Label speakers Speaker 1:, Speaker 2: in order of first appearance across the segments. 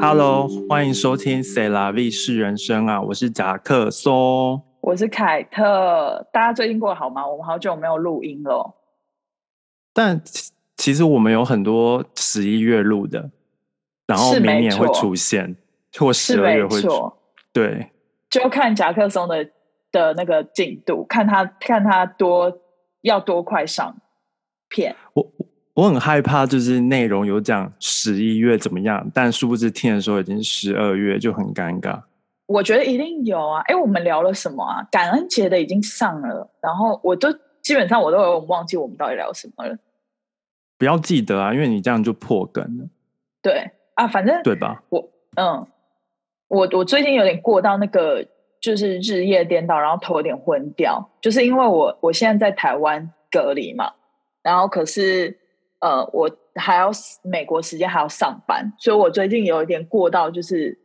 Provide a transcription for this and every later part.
Speaker 1: Hello，欢迎收听《塞拉 V 是人生》啊，我是夹克松。
Speaker 2: 我是凯特，大家最近过得好吗？我们好久没有录音了。
Speaker 1: 但其其实我们有很多十一月录的，然后
Speaker 2: 是没
Speaker 1: 明年会
Speaker 2: 错
Speaker 1: 出现，或
Speaker 2: 是
Speaker 1: 十二
Speaker 2: 没
Speaker 1: 月会出
Speaker 2: 错，
Speaker 1: 对，
Speaker 2: 就看夹克松的的那个进度，看他看他多要多快上片。
Speaker 1: 我我很害怕，就是内容有讲十一月怎么样，但殊不知听的时候已经十二月，就很尴尬。
Speaker 2: 我觉得一定有啊！哎，我们聊了什么啊？感恩节的已经上了，然后我都基本上我都有忘记我们到底聊什么了。
Speaker 1: 不要记得啊，因为你这样就破梗了，
Speaker 2: 对啊，反正
Speaker 1: 对吧？
Speaker 2: 我嗯，我我最近有点过到那个就是日夜颠倒，然后头有点昏掉，就是因为我我现在在台湾隔离嘛，然后可是呃我还要美国时间还要上班，所以我最近有一点过到就是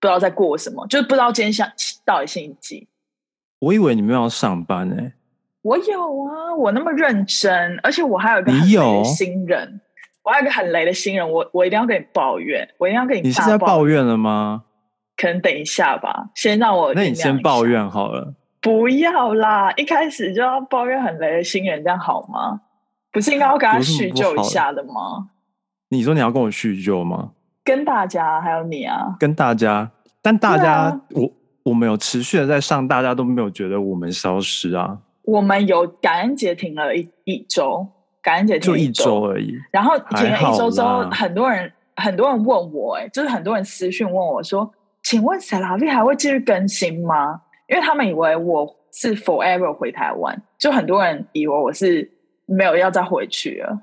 Speaker 2: 不知道在过什么，就是不知道今天想到底星期几。
Speaker 1: 我以为你们要上班哎、
Speaker 2: 我有啊，我那么认真，而且我还有一个很
Speaker 1: 你
Speaker 2: 雷
Speaker 1: 有
Speaker 2: 的新人，我还有一个很雷的新人，我我一定要跟你抱怨，我一定要跟
Speaker 1: 你是
Speaker 2: 大
Speaker 1: 在
Speaker 2: 抱
Speaker 1: 抱怨了吗？
Speaker 2: 可能等一下吧，先让我
Speaker 1: 那你
Speaker 2: 酝酿
Speaker 1: 先
Speaker 2: 一
Speaker 1: 抱
Speaker 2: 下，
Speaker 1: 怨好了。
Speaker 2: 不要啦！一开始就要抱怨很雷的新人，这样好吗？不是应该要跟他
Speaker 1: 有什么
Speaker 2: 叙
Speaker 1: 不
Speaker 2: 旧一
Speaker 1: 好的
Speaker 2: 下的吗？
Speaker 1: 你说你要跟我叙旧吗？
Speaker 2: 跟大家还有你啊，
Speaker 1: 跟大家，但大
Speaker 2: 对
Speaker 1: 家，
Speaker 2: 啊
Speaker 1: 我我们有持续的在上，大家都没有觉得我们消失啊，
Speaker 2: 我们有感恩节停了一一周，感恩节停
Speaker 1: 就
Speaker 2: 了
Speaker 1: 一周
Speaker 2: 周，
Speaker 1: 而已。
Speaker 2: 然后停
Speaker 1: 还
Speaker 2: 了
Speaker 1: 好
Speaker 2: 一周之后
Speaker 1: 啦，
Speaker 2: 很多人很多人问我、哎，就是很多人私讯问我说：“请问 s a l a v 还会继续更新吗？”因为他们以为我是 forever 回台湾，就很多人以为我是没有要再回去了。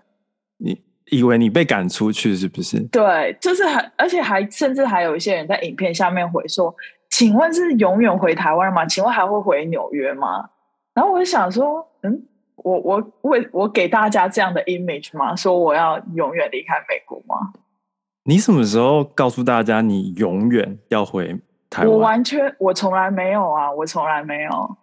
Speaker 1: 你以为你被赶出去是不是？
Speaker 2: 对，就是很，而且还甚至还有一些人在影片下面回说：“请问是永远回台湾吗？请问还会回纽约吗？”然后我就想说，嗯，我我为我给大家这样的 image 吗？说我要永远离开美国吗？
Speaker 1: 你什么时候告诉大家你永远要回台
Speaker 2: 我
Speaker 1: 湾？
Speaker 2: 完全，我从来没有啊，我从来没有，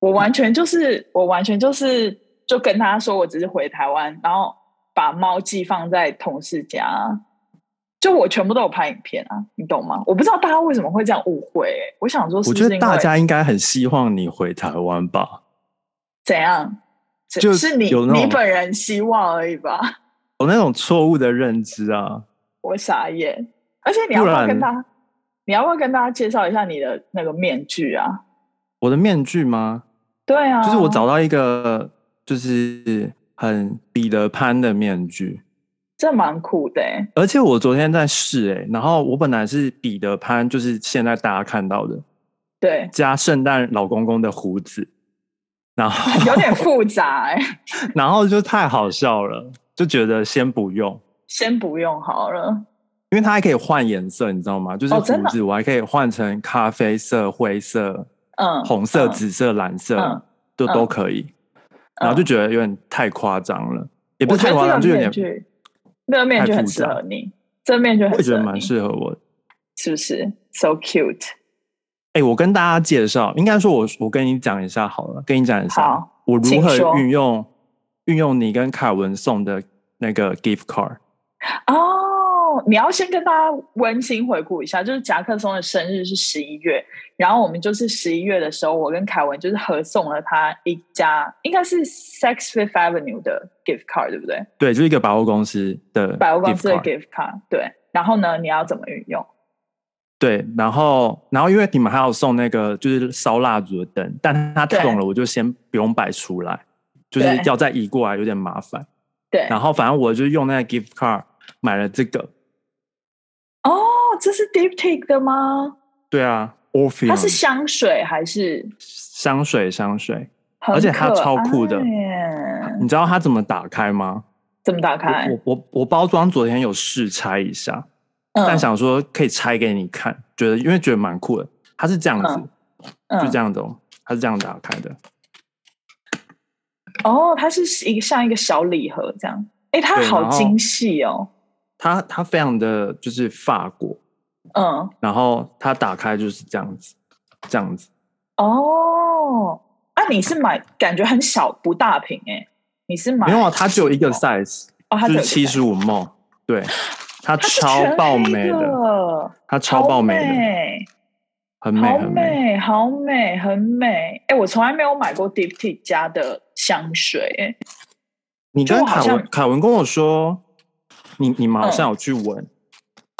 Speaker 2: 我完全就是，我完全就是，就跟他说，我只是回台湾，然后把猫寄放在同事家，就我全部都有拍影片啊，你懂吗？我不知道大家为什么会这样误会、欸我想说是
Speaker 1: 我
Speaker 2: 不
Speaker 1: 觉
Speaker 2: 是
Speaker 1: 得
Speaker 2: 因
Speaker 1: 大
Speaker 2: 为
Speaker 1: 家应该很希望你回台湾吧。
Speaker 2: 怎样，只
Speaker 1: 就是
Speaker 2: 你
Speaker 1: 有那
Speaker 2: 你
Speaker 1: 种
Speaker 2: 本人希望而已吧，
Speaker 1: 有那种错误的认知啊，
Speaker 2: 我傻眼，而且你要不
Speaker 1: 不
Speaker 2: 要
Speaker 1: 然
Speaker 2: 跟他，你要不要跟大家介绍一下你的那个面具啊？
Speaker 1: 我的面具吗？
Speaker 2: 对啊，
Speaker 1: 就是我找到一个，就是很彼得潘的面具。
Speaker 2: 这蛮酷的、欸。
Speaker 1: 而且我昨天在试哎、然后我本来是彼得潘，就是现在大家看到的
Speaker 2: 对，
Speaker 1: 加圣诞老公公的胡子，然后
Speaker 2: 有点复杂、欸，
Speaker 1: 然后就太好笑了，就觉得先不用，
Speaker 2: 先不用好了。
Speaker 1: 因为它还可以换颜色，你知道吗？就是
Speaker 2: 哦
Speaker 1: 胡
Speaker 2: 真的
Speaker 1: 子我还可以换成咖啡色、灰色、
Speaker 2: 嗯，
Speaker 1: 红色、
Speaker 2: 嗯，
Speaker 1: 紫色、蓝色，
Speaker 2: 嗯
Speaker 1: 就都
Speaker 2: 嗯
Speaker 1: 可以，然后就觉得有点太夸张了，也不
Speaker 2: 嗯我
Speaker 1: 是
Speaker 2: 觉
Speaker 1: 太
Speaker 2: 得
Speaker 1: 夸张，
Speaker 2: 这
Speaker 1: 就
Speaker 2: 个
Speaker 1: 有点
Speaker 2: 面具，那个面具
Speaker 1: 太
Speaker 2: 很
Speaker 1: 复
Speaker 2: 适
Speaker 1: 杂
Speaker 2: 合你，这个面具
Speaker 1: 我
Speaker 2: 很
Speaker 1: 也觉
Speaker 2: 适
Speaker 1: 得
Speaker 2: 合
Speaker 1: 蛮
Speaker 2: 你，
Speaker 1: 适合我的。
Speaker 2: 是不是？So cute。
Speaker 1: 哎、我跟大家介绍，应该说我我跟你讲一下好了，跟你讲一下
Speaker 2: 好
Speaker 1: 我如
Speaker 2: 请
Speaker 1: 何
Speaker 2: 说
Speaker 1: 运用运用你跟凯文送的那个 gift card。
Speaker 2: 哦，你要先跟大家温馨回顾一下，就是夹克松的生日是十一月，然后我们就是十一月的时候，我跟凯文就是合送了他一家，应该是 Sex Fifth Avenue 的 gift card，对不对？
Speaker 1: 对，就是一个百货公司的
Speaker 2: 百货公司的
Speaker 1: gift card
Speaker 2: gift card，对。然后呢，你要怎么运用？
Speaker 1: 对，然后然后因为你们还有送那个就是烧蜡烛的灯，但他
Speaker 2: 对
Speaker 1: 送了我就先不用摆出来，就是
Speaker 2: 对
Speaker 1: 要再移过来有点麻烦。
Speaker 2: 对，
Speaker 1: 然后反正我就用那个 gift card 买了这个，
Speaker 2: 哦，这是 Deep Take 的吗？
Speaker 1: 对啊 o r p h e
Speaker 2: 它
Speaker 1: u
Speaker 2: 是
Speaker 1: m
Speaker 2: 香水还是？
Speaker 1: 香水香水，
Speaker 2: 很
Speaker 1: 而且它
Speaker 2: 可
Speaker 1: 超酷的
Speaker 2: 爱耶
Speaker 1: 你知道它怎么打开吗？
Speaker 2: 怎哎么打开？
Speaker 1: 我我我包装昨天有试拆一下，
Speaker 2: 嗯
Speaker 1: 但想说可以拆给你看，觉得因为觉得蛮酷的。它是这样
Speaker 2: 嗯
Speaker 1: 子，就这
Speaker 2: 样。
Speaker 1: 样子哦，它是这样打开的。
Speaker 2: 哦，它是一个像一个小礼盒这样。哎，它
Speaker 1: 对然
Speaker 2: 好
Speaker 1: 后
Speaker 2: 精细哦。
Speaker 1: 它它非常的就是法国，
Speaker 2: 嗯，
Speaker 1: 然后它打开就是这样子，这样子。
Speaker 2: 哦，啊，你是买感觉很小不大瓶哎，你是买
Speaker 1: 啊没有啊，它只有一个 size，
Speaker 2: 哦，它
Speaker 1: 就
Speaker 2: 只有
Speaker 1: 是七十
Speaker 2: 五，
Speaker 1: 五 m 对，它
Speaker 2: 它是
Speaker 1: 超
Speaker 2: 全
Speaker 1: 爆
Speaker 2: 黑
Speaker 1: 美的，
Speaker 2: 的，
Speaker 1: 它超
Speaker 2: 好
Speaker 1: 爆美的，
Speaker 2: 美
Speaker 1: 很美
Speaker 2: 好
Speaker 1: 很美。
Speaker 2: 美，好美，很美。哎、我从来没有买过 Deep Tea 家的香水、哎
Speaker 1: 你
Speaker 2: 就
Speaker 1: 跟
Speaker 2: 我好
Speaker 1: 凯
Speaker 2: 像
Speaker 1: 文凯文跟我说，你你们好像有去闻，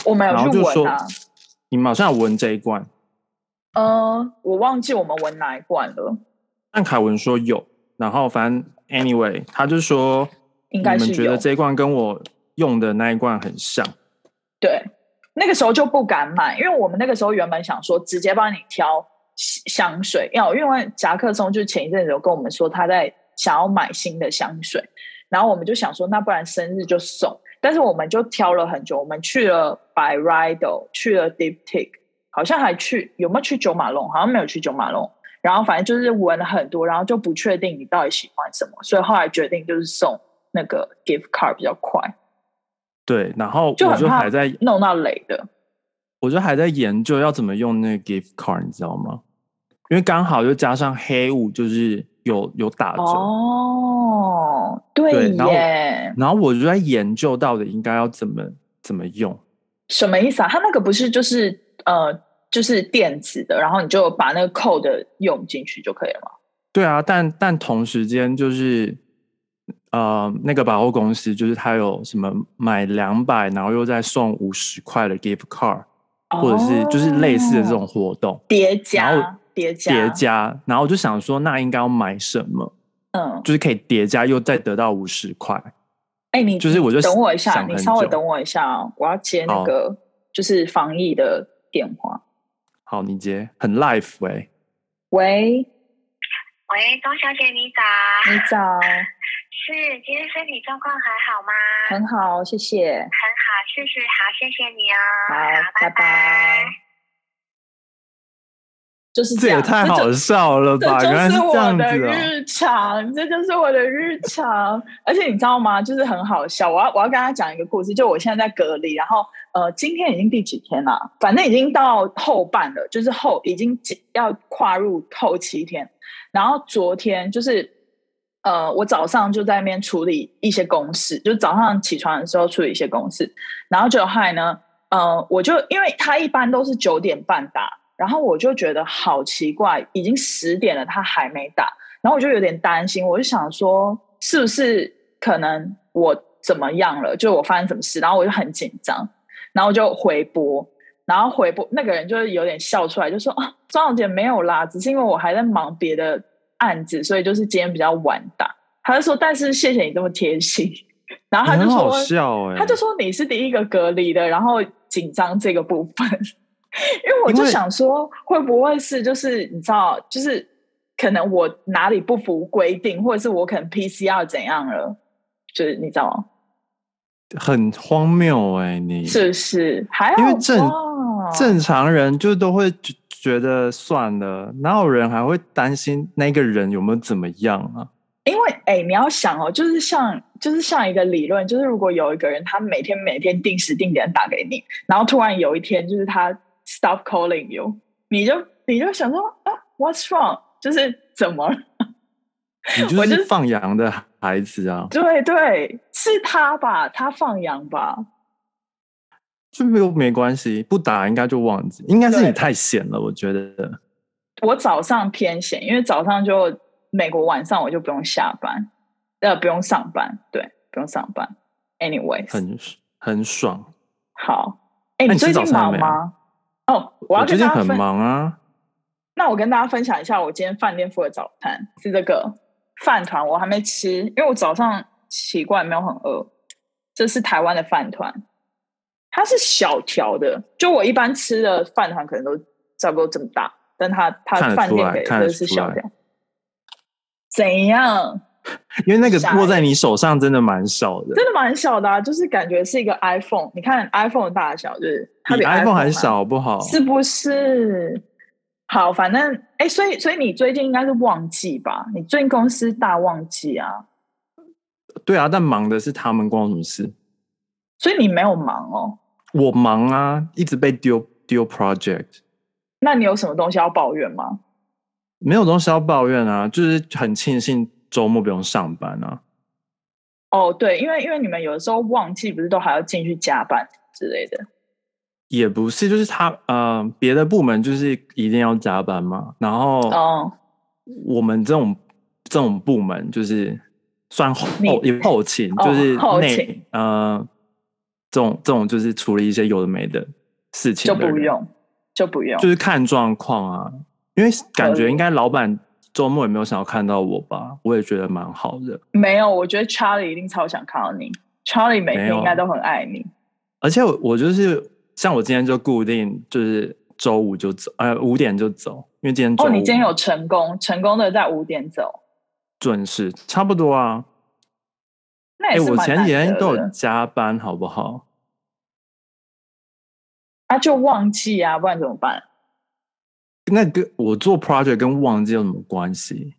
Speaker 2: 我们
Speaker 1: 然
Speaker 2: 有
Speaker 1: 后
Speaker 2: 去
Speaker 1: 就
Speaker 2: 闻
Speaker 1: 说
Speaker 2: 啊。
Speaker 1: 你们好像有闻这一罐，
Speaker 2: 呃，我忘记我们闻哪一罐了，
Speaker 1: 但凯文说有，然后反正 anyway，他就说
Speaker 2: 应该
Speaker 1: 你
Speaker 2: 是
Speaker 1: 们觉
Speaker 2: 有
Speaker 1: 得。这一罐跟我用的那一罐很像，
Speaker 2: 对，那个时候就不敢买，因为我们那个时候原本想说直接帮你挑香香水，要因为夹克松就是前一阵子有跟我们说他在想要买新的香水，然后我们就想说那不然生日就送，但是我们就挑了很久，我们去了 By Rido，去了 Deep t i c 好像还去有没有去九马龙，好像没有去九马龙。然后反正就是闻了很多，然后就不确定你到底喜欢什么，所以后来决定就是送那个 gift card 比较快，
Speaker 1: 对，然后
Speaker 2: 就
Speaker 1: 我
Speaker 2: 很
Speaker 1: 就
Speaker 2: 怕
Speaker 1: 还在
Speaker 2: 弄到雷的。
Speaker 1: 我就还在研究要怎么用那个 gift card，你知道吗？因为刚好又加上黑五，就是有有打折，
Speaker 2: 哦，对
Speaker 1: 对然后
Speaker 2: 耶，
Speaker 1: 然后我就在研究到底应该要怎么怎么用。
Speaker 2: 什么意思啊？它那个不是就是呃，就是电子的，然后你就把那个扣的用进去就可以了吗？
Speaker 1: 对啊，但但同时间就是，呃，那个百货公司就是它有什么买两百，然后又再送五十块的 gift card，、或者是就是类似的这
Speaker 2: 哦
Speaker 1: 种活动
Speaker 2: 叠
Speaker 1: 然后
Speaker 2: 加，叠加，
Speaker 1: 叠，加。然后我就想说，那应该要买什么？
Speaker 2: 嗯，
Speaker 1: 就是可以叠加又再得到五十块。
Speaker 2: 哎，你
Speaker 1: 就是我就
Speaker 2: 等我一下，
Speaker 1: 想
Speaker 2: 你
Speaker 1: 很
Speaker 2: 稍微
Speaker 1: 久
Speaker 2: 等我一下哦，我要接那
Speaker 1: 好
Speaker 2: 个就是防疫的电话。
Speaker 1: 好，你接很 life 哎、
Speaker 2: 喂，
Speaker 3: 喂，钟小姐，你早。
Speaker 2: 你早，
Speaker 3: 是，今天身体状况还好吗？
Speaker 2: 很好，谢谢，
Speaker 3: 很好，是是，好，谢谢你哦。
Speaker 2: 好，
Speaker 3: 拜
Speaker 2: 拜拜。就是
Speaker 1: 这
Speaker 2: 样，
Speaker 1: 也太
Speaker 2: 就
Speaker 1: 好笑了吧！原
Speaker 2: 这
Speaker 1: 来
Speaker 2: 就是是
Speaker 1: 这
Speaker 2: 我
Speaker 1: 样
Speaker 2: 的
Speaker 1: 子啊！
Speaker 2: 日常，这就是我的日常。而且你知道吗？就是很好笑。我要我要跟他讲一个故事，就我现在在隔离，然后呃，今天已经第几天了？反正已经到后半了，就是后已经几要跨入后七天。然后昨天就是呃，我早上就在那边处理一些公事，就早上起床的时候处理一些公事，然后就害呢，呃，我就因为他一般都是九点半打，然后我就觉得好奇怪，已经十点了，他还没打，然后我就有点担心，我就想说是不是可能我怎么样了，就我发生什么事，然后我就很紧张，然后我就回拨，然后回拨那个人就是有点笑出来，就说啊，庄小姐没有啦，只是因为我还在忙别的案子，所以就是今天比较晚打。他就说，但是谢谢你这么贴心， 然后他就
Speaker 1: 很好
Speaker 2: 说
Speaker 1: 笑哎、
Speaker 2: 他就说你是第一个隔离的，然后紧张这个部分，因为我就
Speaker 1: 因为
Speaker 2: 想说，会不会是就是你知道，就是可能我哪里不服规定，或者是我可能 PCR 怎样了，就是你知道吗？
Speaker 1: 很荒谬哎、你
Speaker 2: 是不是？还好
Speaker 1: 因为正
Speaker 2: 吧
Speaker 1: 正常人就都会觉觉得算了，哪有人还会担心那个人有没有怎么样啊？
Speaker 2: 因为哎、你要想哦，就是像就是像一个理论，就是如果有一个人他每天每天定时定点打给你，然后突然有一天就是他 stop calling you，你就你就想说啊，what's wrong？就是怎么了？
Speaker 1: 你就
Speaker 2: 我就是
Speaker 1: 放羊的孩子啊，
Speaker 2: 对对，是他吧？他放羊吧？
Speaker 1: 就没有没关系，不打应该就忘记，应该是
Speaker 2: 对
Speaker 1: 你太闲了，我觉得。
Speaker 2: 我早上偏闲，因为早上就美国晚上我就不用下班，呃，不用上班，对，不用上班。Anyways，
Speaker 1: 很很爽，
Speaker 2: 好，哎、
Speaker 1: 那
Speaker 2: 你
Speaker 1: 你吃
Speaker 2: 最
Speaker 1: 早
Speaker 2: 近
Speaker 1: 餐了没
Speaker 2: 忙
Speaker 1: 啊
Speaker 2: 吗？哦，我要
Speaker 1: 我
Speaker 2: 跟
Speaker 1: 最近
Speaker 2: 大家
Speaker 1: 很
Speaker 2: 分
Speaker 1: 忙啊，
Speaker 2: 那我跟大家分享一下我今天饭店付的早餐，是这个饭团，我还没吃，因为我早上习惯没有很饿。这是台湾的饭团，它是小条的，就我一般吃的饭团可能都差不多这么大，但它它
Speaker 1: 看得
Speaker 2: 饭
Speaker 1: 出
Speaker 2: 店
Speaker 1: 来
Speaker 2: 给
Speaker 1: 看
Speaker 2: 的
Speaker 1: 得
Speaker 2: 就是
Speaker 1: 出
Speaker 2: 小
Speaker 1: 来
Speaker 2: 条。怎样？
Speaker 1: 因为那个
Speaker 2: 下
Speaker 1: 握在你手上真的蛮少的，
Speaker 2: 真的蛮小的、啊，就是感觉是一个 iPhone。你看 iPhone 的大小，就是它
Speaker 1: 比
Speaker 2: iPhone
Speaker 1: 还
Speaker 2: 小。
Speaker 1: 少，好不好？
Speaker 2: 是不是？好，反正哎、所以所以你最近应该是旺季吧？你最近公司大旺季啊，
Speaker 1: 对啊，但忙的是他们，关我什么事？
Speaker 2: 所以你没有忙哦。
Speaker 1: 我忙啊，一直被丢丢 project，
Speaker 2: 那你有什么东西要抱怨吗？
Speaker 1: 没有东西要抱怨啊，就是很庆幸周末不用上班啊。
Speaker 2: 哦，对，因为因为你们有的时候旺季不是都还要进去加班，之类的。
Speaker 1: 也不是，就是他呃，别的部门就是一定要加班嘛，然后
Speaker 2: 哦，
Speaker 1: 我们这种这种部门就是算后
Speaker 2: 你
Speaker 1: 也不后勤，
Speaker 2: 哦
Speaker 1: 就是
Speaker 2: 后
Speaker 1: 内
Speaker 2: 勤
Speaker 1: 呃这种这种就是处理一些有的没的事情
Speaker 2: 就
Speaker 1: 的人，
Speaker 2: 不用，就不用。
Speaker 1: 就是看状况啊，因为感
Speaker 2: 合
Speaker 1: 觉
Speaker 2: 理
Speaker 1: 应该老板周末也没有想要看到我吧，我也觉得蛮好的。
Speaker 2: 没有，我觉得 Charlie 一定超想看到你。Charlie 每
Speaker 1: 没
Speaker 2: 天
Speaker 1: 有啊
Speaker 2: 应该都很爱你。
Speaker 1: 而且我我就是像我今天就固定就是周五就走，呃五点就走，因为今天周
Speaker 2: 哦，
Speaker 1: 五
Speaker 2: 你今天有成功，成功的在五点走，
Speaker 1: 准时，差不多啊。
Speaker 2: 那
Speaker 1: 哎、
Speaker 2: 也是
Speaker 1: 我
Speaker 2: 蛮
Speaker 1: 前
Speaker 2: 难
Speaker 1: 几天
Speaker 2: 得
Speaker 1: 都有
Speaker 2: 的
Speaker 1: 加班，好不好？
Speaker 2: 啊，就忘记啊，不然怎么办？
Speaker 1: 那个我做 project 跟忘记有什么关系？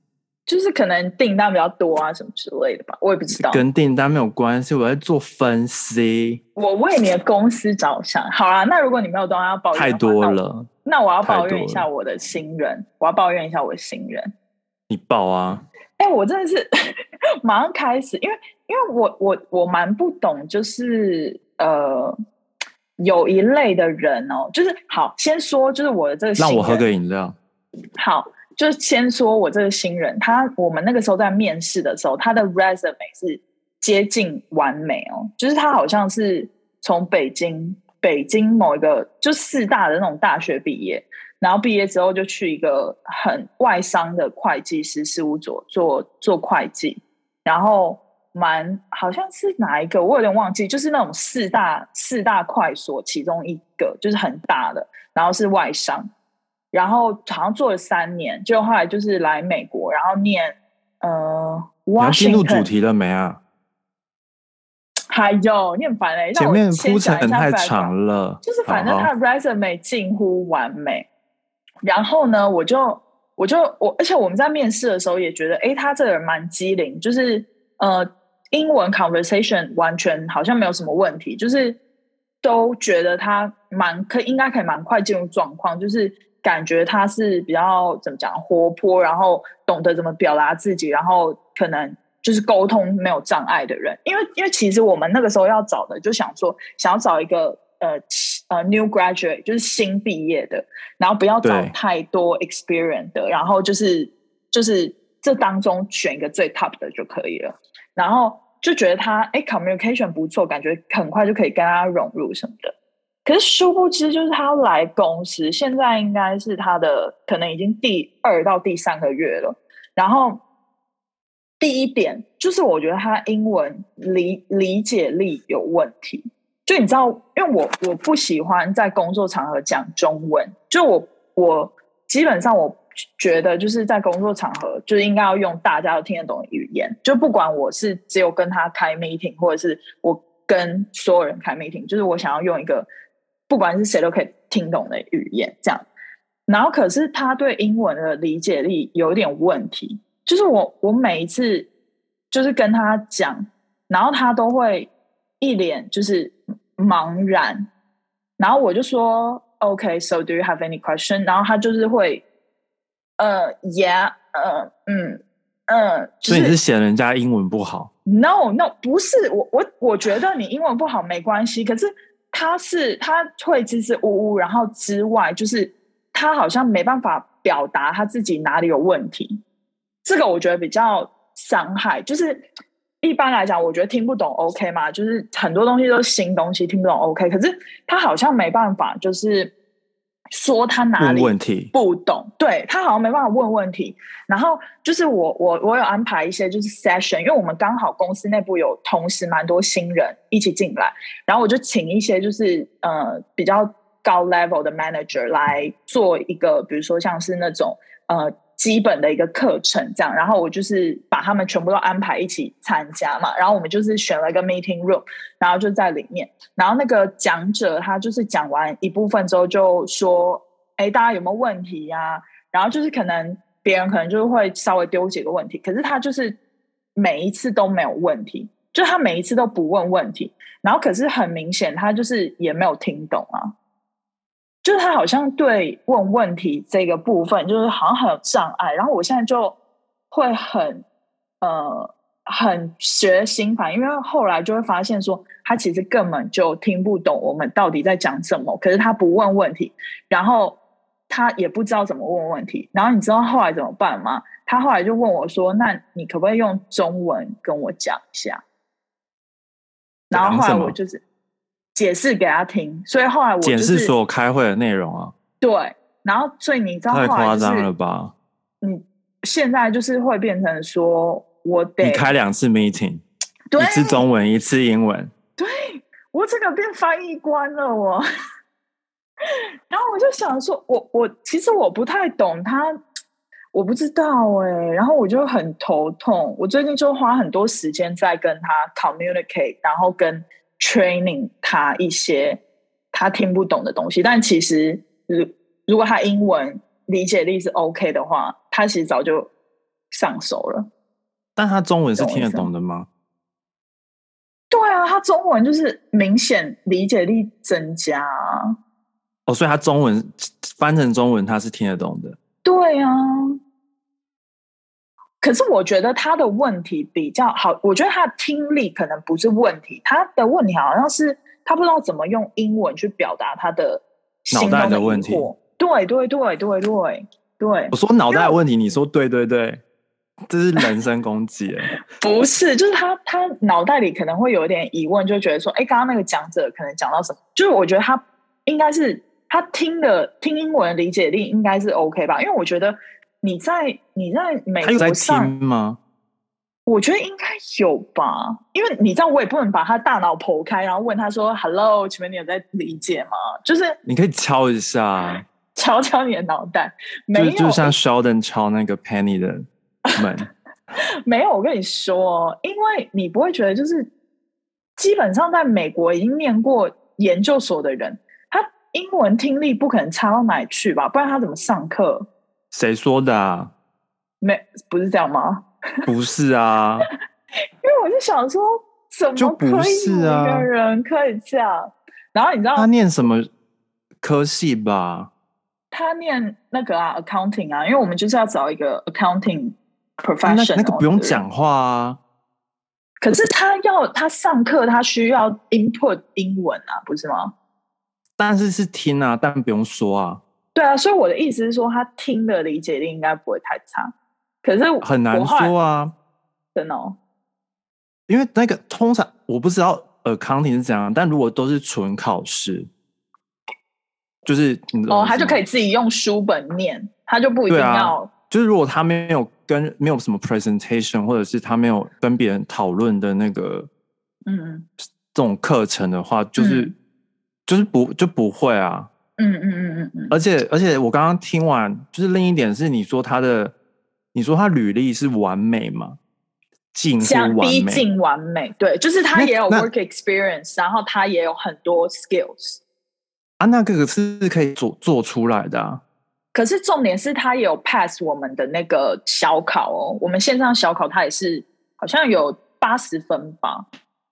Speaker 2: 就是可能订单比较多啊，什么之类的吧，我也不知道。
Speaker 1: 跟订单没有关系，我在做分析，
Speaker 2: 我为你的公司着想，好啦。那如果你没有东西要抱怨的话，
Speaker 1: 太多了。
Speaker 2: 那我，那我要
Speaker 1: 太
Speaker 2: 抱
Speaker 1: 多
Speaker 2: 怨一
Speaker 1: 了
Speaker 2: 下我的新人，我要抱怨一下我的新人。
Speaker 1: 你报啊？
Speaker 2: 哎、我真的是 马上开始，因为因为我我我蛮不懂，就是呃，有一类的人哦，就是好，先说就是我的这个新
Speaker 1: 让
Speaker 2: 人，
Speaker 1: 我喝个饮料。
Speaker 2: 好，就是先说我这个新人，他我们那个时候在面试的时候，他的 resume 是接近完美哦，就是他好像是从北京北京某一个就四大的那种大学毕业，然后毕业之后就去一个很外商的会计师事务所做做会计，然后蛮好像是哪一个我有点忘记，就是那种四大四大快所其中一个，就是很大的，然后是外商，然后好像做了三年，就后来就是来美国，然后念呃
Speaker 1: 你要进入
Speaker 2: Washington，
Speaker 1: 主题了没啊？
Speaker 2: 还有念烦嘞，让
Speaker 1: 前
Speaker 2: 我
Speaker 1: 面
Speaker 2: 先
Speaker 1: 铺
Speaker 2: 讲一
Speaker 1: 陈
Speaker 2: 下
Speaker 1: 太
Speaker 2: background
Speaker 1: 长了。
Speaker 2: 就是反正
Speaker 1: 好
Speaker 2: 他的 resume 近乎完美。然后呢，我就我就我，而且我们在面试的时候也觉得，诶，他这个人蛮机灵，就是呃，英文 conversation 完全好像没有什么问题，就是都觉得他蛮可应该可以蛮快进入状况，就是感觉他是比较怎么讲活泼，然后懂得怎么表达自己，然后可能就是沟通没有障碍的人。因为因为其实我们那个时候要找的，就想说想要找一个呃呃 new graduate，就是新毕业的，然后不要找
Speaker 1: 对
Speaker 2: 太多 experience 的，然后就是就是这当中选一个最 top 的就可以了。然后就觉得他哎 communication 不错，感觉很快就可以跟他融入什么的。可是殊不知，就是他来公司，现在应该是他的可能已经第二到第三个月了。然后第一点就是，我觉得他英文理理解力有问题。就你知道，因为我我不喜欢在工作场合讲中文，就我我基本上我觉得就是在工作场合就是应该要用大家都听得懂的语言，就不管我是只有跟他开 meeting，或者是我跟所有人开 meeting，就是我想要用一个不管是谁都可以听懂的语言这样。然后可是他对英文的理解力有一点问题，就是我我每一次就是跟他讲，然后他都会一脸就是茫然，然后我就说 OK，so、do you have any question？然后他就是会呃 yeah 呃嗯嗯、呃，就
Speaker 1: 所以你是嫌人家英文不好？
Speaker 2: No No，不是我我我觉得你英文不好没关系，可是他是他会支支吾吾，然后之外就是他好像没办法表达他自己哪里有问题，这个我觉得比较伤害。就是一般来讲，我觉得听不懂 OK 嘛，就是很多东西都是新东西听不懂 OK，可是他好像没办法就是说他哪
Speaker 1: 问
Speaker 2: 里
Speaker 1: 问题？
Speaker 2: 不懂，对他好像没办法问问题。然后就是我我我有安排一些就是 session，因为我们刚好公司内部有同时蛮多新人一起进来，然后我就请一些就是呃比较高 level 的 manager 来做一个，比如说像是那种呃基本的一个课程这样，然后我就是把他们全部都安排一起参加嘛，然后我们就是选了一个 meeting room，然后就在里面，然后那个讲者他就是讲完一部分之后就说，哎，大家有没有问题呀、然后就是可能别人可能就会稍微丢几个问题，可是他就是每一次都没有问题，就他每一次都不问问题，然后可是很明显他就是也没有听懂啊，就是他好像对问问题这个部分就是好像很有障碍，然后我现在就会很呃很学心法，因为后来就会发现说，他其实根本就听不懂我们到底在讲什么，可是他不问问题，然后他也不知道怎么问问题，然后你知道后来怎么办吗？他后来就问我说：“那你可不可以用中文跟我讲一下？”然后后来我就是解释给他听，所以后来我、就是、
Speaker 1: 解释所有开会的内容啊。
Speaker 2: 对，然后所以你知道、就
Speaker 1: 太
Speaker 2: 是、
Speaker 1: 夸张了吧？
Speaker 2: 你现在就是会变成说。我得
Speaker 1: 你开两次 meeting，一次中文，一次英文。
Speaker 2: 对我这个变翻译官了我，我 然后我就想说，我我其实我不太懂他，我不知道哎、欸，然后我就很头痛。我最近就花很多时间在跟他 communicate，然后跟 training 他一些他听不懂的东西。但其实如如果他英文理解力是 OK 的话，他其实早就上手了。
Speaker 1: 但他中文是听得懂的吗？
Speaker 2: 对啊，他中文就是明显理解力增加、啊、
Speaker 1: 哦，所以他中文翻成中文他是听得懂的。
Speaker 2: 对啊，可是我觉得他的问题比较好，我觉得他的听力可能不是问题，他的问题好像是他不知道怎么用英文去表达他的
Speaker 1: 脑袋的问题。
Speaker 2: 对对对对对对，
Speaker 1: 我说脑袋问题，你说对对对。这是人身攻击，
Speaker 2: 不是？就是他，他脑袋里可能会有一点疑问，就觉得说，哎、欸，刚刚那个讲者可能讲到什么？就是我觉得他应该是他听的听英文理解力应该是 OK 吧？因为我觉得你在你在美国上
Speaker 1: 吗？
Speaker 2: 我觉得应该有吧，因为你知道，我也不能把他大脑剖开，然后问他说：“Hello，请问你有在理解吗？”就是
Speaker 1: 你可以敲一下，
Speaker 2: 敲敲你的脑袋，没有，
Speaker 1: 就像 Sheldon 敲那个 Penny 的。门
Speaker 2: 没有，我跟你说，因为你不会觉得，就是基本上在美国已经念过研究所的人，他英文听力不可能差到哪里去吧？不然他怎么上课？
Speaker 1: 谁说的啊？
Speaker 2: 没，不是这样吗？
Speaker 1: 不是啊，
Speaker 2: 哦因为我就想说，怎么可以一个人可以这样？啊、然后你知道
Speaker 1: 啊他念什么科系吧？
Speaker 2: 他念那个啊，accounting 啊，因为我们就是要找一个 accounting。professional
Speaker 1: 那个不用讲话啊，
Speaker 2: 可是他要他上课，他需要 input 英文啊，不是吗？
Speaker 1: 但是是听啊，但不用说啊。
Speaker 2: 对啊，所以我的意思是说，他听的理解力应该不会太差。可是
Speaker 1: 很难说啊，
Speaker 2: 真的、哦。
Speaker 1: 因为那个通常我不知道 accounting 是怎样，但如果都是纯考试，就是
Speaker 2: 哦，他就可以自己用书本念，他就不一定要、
Speaker 1: 啊。就是如果他没有跟没有什么 presentation，或者是他没有跟别人讨论的那个，啊
Speaker 2: 嗯，
Speaker 1: 这种课程的话，就是、嗯、就是不就不会啊，
Speaker 2: 嗯嗯嗯嗯嗯。
Speaker 1: 而且而且我刚刚听完，就是另一点是，你说他的，你说他履历是完美吗？近乎完美，
Speaker 2: 逼近完美，对，就是他也有 work experience，然后他也有很多 skills
Speaker 1: 啊，那个是可以做做出来的、啊。
Speaker 2: 可是重点是他也有 pass 我们的那个小考哦，我们线上小考他也是好像有八十分吧？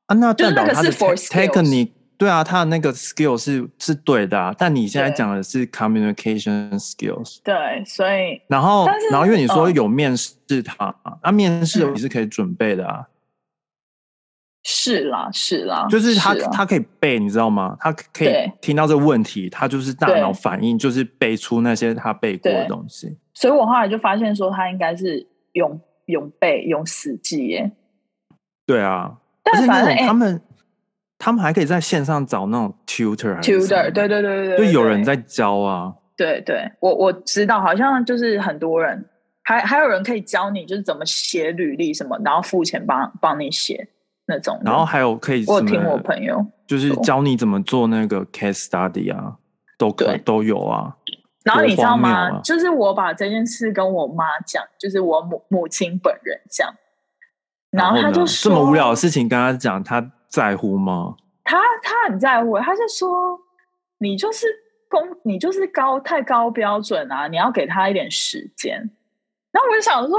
Speaker 1: 啊，那
Speaker 2: 就是那个是 for
Speaker 1: take 你对啊，他的那个 skill 是是对的、啊，但你现在讲的是 communication skills，
Speaker 2: 对，所以
Speaker 1: 然后然后因为你
Speaker 2: 嗯
Speaker 1: 说有面试他，那、嗯啊、面试你是可以准备的啊，
Speaker 2: 是啦是啦，
Speaker 1: 就是他
Speaker 2: 哦是
Speaker 1: 他可以背，你知道吗？他可以听到这问题，他就是大脑反应，就是背出那些他背过的东西。
Speaker 2: 所以我后来就发现说，他应该是永永背永死记耶。
Speaker 1: 对啊，
Speaker 2: 但
Speaker 1: 反正他们、
Speaker 2: 欸、
Speaker 1: 他们还可以在线上找那种 tutor
Speaker 2: tutor，对对对
Speaker 1: 对，
Speaker 2: 对
Speaker 1: 就有人在教啊。
Speaker 2: 对对，我我知道，好像就是很多人，还还有人可以教你，就是怎么写履历什么，然后付钱帮帮你写。那种，
Speaker 1: 然后还有可以，
Speaker 2: 嗯我听我朋友
Speaker 1: 就是教你怎么做那个 case study 啊，都可都有啊。
Speaker 2: 然后你知道吗、
Speaker 1: 啊？
Speaker 2: 就是我把这件事跟我妈讲，就是我母母亲本人讲，
Speaker 1: 然
Speaker 2: 后
Speaker 1: 她
Speaker 2: 就
Speaker 1: 这么无聊的事情跟她讲，她在乎吗？
Speaker 2: 她她很在乎，她欸就说你就是公，你就是高太高标准啊，你要给她一点时间。然后我就想说。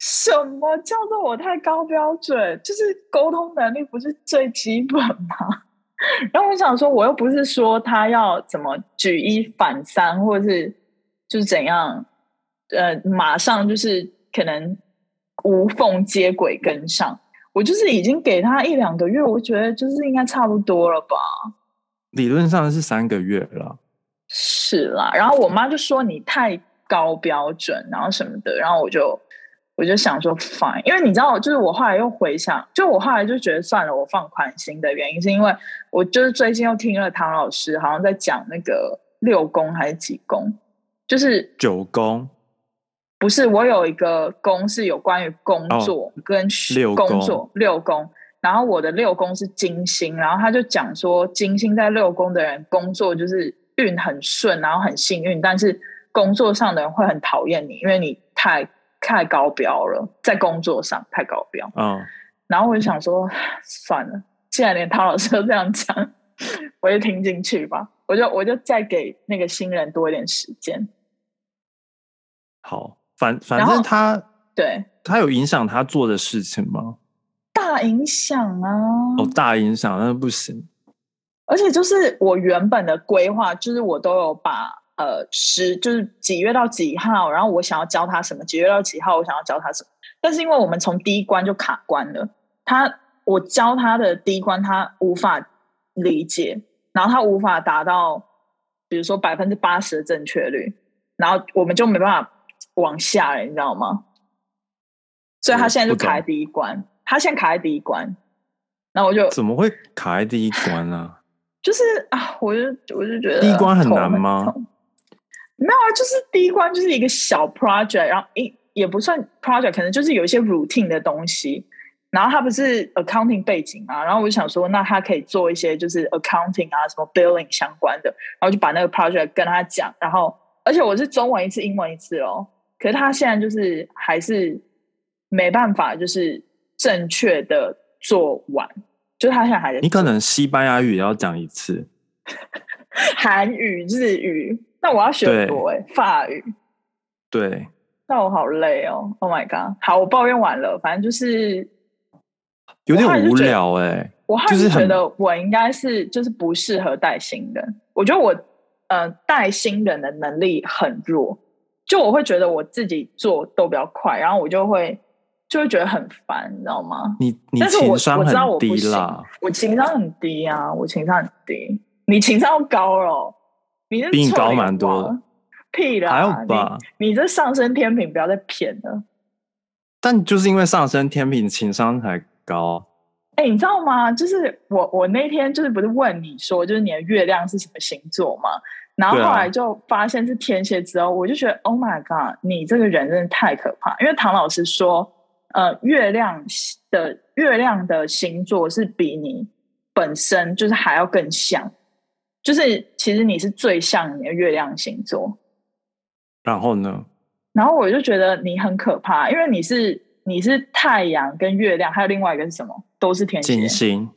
Speaker 2: 什么叫做我太高标准？就是沟通能力不是最基本吗？ 然后我想说，我又不是说他要怎么举一反三，或者是就是怎样，呃，马上就是可能无缝接轨跟上。我就是已经给他一两个月，我觉得就是应该差不多了吧。
Speaker 1: 理论上是三个月了，
Speaker 2: 是啦，然后我妈就说你太高标准，然后什么的，然后我就我就想说 fine，因为你知道，就是我后来又回想，就我后来就觉得算了，我放宽心的原因是因为我就是最近又听了唐老师好像在讲那个六宫还是几宫，就是
Speaker 1: 九宫
Speaker 2: 不是我有一个宫是有关于工作跟学
Speaker 1: 哦六宫
Speaker 2: 工作六宫，然后我的六宫是金星，然后他就讲说金星在六宫的人工作就是运很顺，然后很幸运，但是工作上的人会很讨厌你，因为你太太高标了，在工作上太高标。
Speaker 1: 嗯，
Speaker 2: 然后我就想说，算了，既然连陶老师都这样讲，我就听进去吧。我就我就再给那个新人多一点时间。
Speaker 1: 好，反反
Speaker 2: 然后
Speaker 1: 正他
Speaker 2: 对，
Speaker 1: 他有影响他做的事情吗？
Speaker 2: 大影响啊！
Speaker 1: 哦，大影响，那不行。
Speaker 2: 而且就是我原本的规划，就是我都有把呃十就是几月到几号，然后我想要教他什么，几月到几号我想要教他什么。但是因为我们从第一关就卡关了，他我教他的第一关他无法理解，然后他无法达到，比如说百分之八十的正确率，然后我们就没办法往下了，你知道吗？所以他现在就卡在第一关，他现在卡在第一关，然后我就
Speaker 1: 怎么会卡在第一关啊？
Speaker 2: 就是啊，我就我就觉得
Speaker 1: 第一关很
Speaker 2: 头
Speaker 1: 难吗
Speaker 2: 痛没有啊，就是第一关就是一个小 project，然后也也不算 project，可能就是有一些 routine 的东西。然后他不是 accounting 背景嘛，然后我就想说，那他可以做一些就是 accounting 啊，什么 billing 相关的，然后就把那个 project 跟他讲。然后，而且我是中文一次，英文一次哦。可是他现在就是还是没办法，就是正确的做完，就是他现在还在
Speaker 1: 你可
Speaker 2: 做
Speaker 1: 能西班牙语也要讲一次，
Speaker 2: 韩语、日语，那我要学很多哎、法语，
Speaker 1: 对，
Speaker 2: 那我好累哦。Oh my god！好，我抱怨完了，反正就是
Speaker 1: 有
Speaker 2: 我
Speaker 1: 点
Speaker 2: 后来就
Speaker 1: 无
Speaker 2: 觉得
Speaker 1: 聊哎、
Speaker 2: 我还
Speaker 1: 就是是
Speaker 2: 觉
Speaker 1: 很
Speaker 2: 得我应该是就是不适合带新人，我觉得我呃带新人的能力很弱，就我会觉得我自己做都比较快，然后我就会就会觉得很烦，你知道吗？
Speaker 1: 你你
Speaker 2: 但是我
Speaker 1: 情商
Speaker 2: 我知道我
Speaker 1: 很
Speaker 2: 不
Speaker 1: 低
Speaker 2: 行
Speaker 1: 啦，
Speaker 2: 我情商很低啊，我情商很低，你情商高了，你是
Speaker 1: 比你
Speaker 2: 臭
Speaker 1: 高
Speaker 2: 脸
Speaker 1: 蛮多
Speaker 2: 王
Speaker 1: 的，
Speaker 2: 屁啦，
Speaker 1: 还好吧？
Speaker 2: 你？你这上升天平不要再骗了。
Speaker 1: 但就是因为上升天平，情商才高。
Speaker 2: 哎、你知道吗？就是我我那天就是不是问你说，就是你的月亮是什么星座吗？然后
Speaker 1: 对啊
Speaker 2: 后来就发现是天蝎之后，我就觉得 Oh my God，你这个人真的太可怕。因为唐老师说，呃，月亮的月亮的星座是比你本身就是还要更像，就是其实你是最像你的月亮星座。
Speaker 1: 然后呢？
Speaker 2: 然后我就觉得你很可怕，因为你是你是太阳跟月亮，还有另外一个是什么？都是天
Speaker 1: 金
Speaker 2: 蝎，
Speaker 1: 星